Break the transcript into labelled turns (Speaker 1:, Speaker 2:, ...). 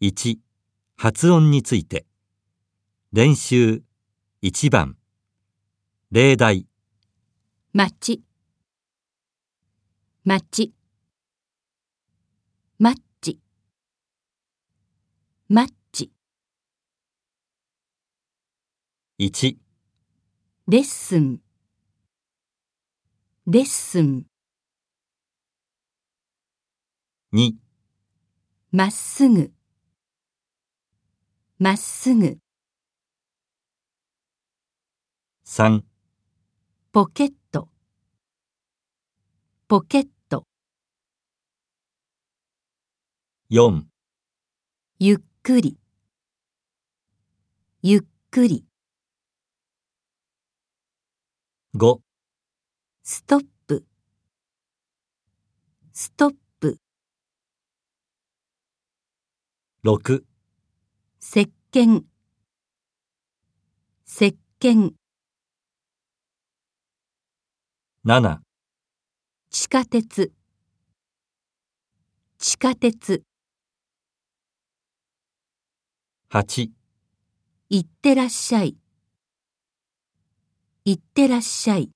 Speaker 1: 1、発音について。練習1番。例題、
Speaker 2: 町町マッチマッチ
Speaker 1: 1、
Speaker 2: レッスンレッスン
Speaker 1: 2、
Speaker 2: まっすぐまっすぐ
Speaker 1: 3、
Speaker 2: ポケットポケット
Speaker 1: 4、
Speaker 2: ゆっくりゆっくり
Speaker 1: 5、
Speaker 2: ストップストップ
Speaker 1: 6、
Speaker 2: 石鹸石鹸
Speaker 1: 7、
Speaker 2: 地下鉄地下鉄
Speaker 1: 8、
Speaker 2: いってらっしゃいいってらっしゃい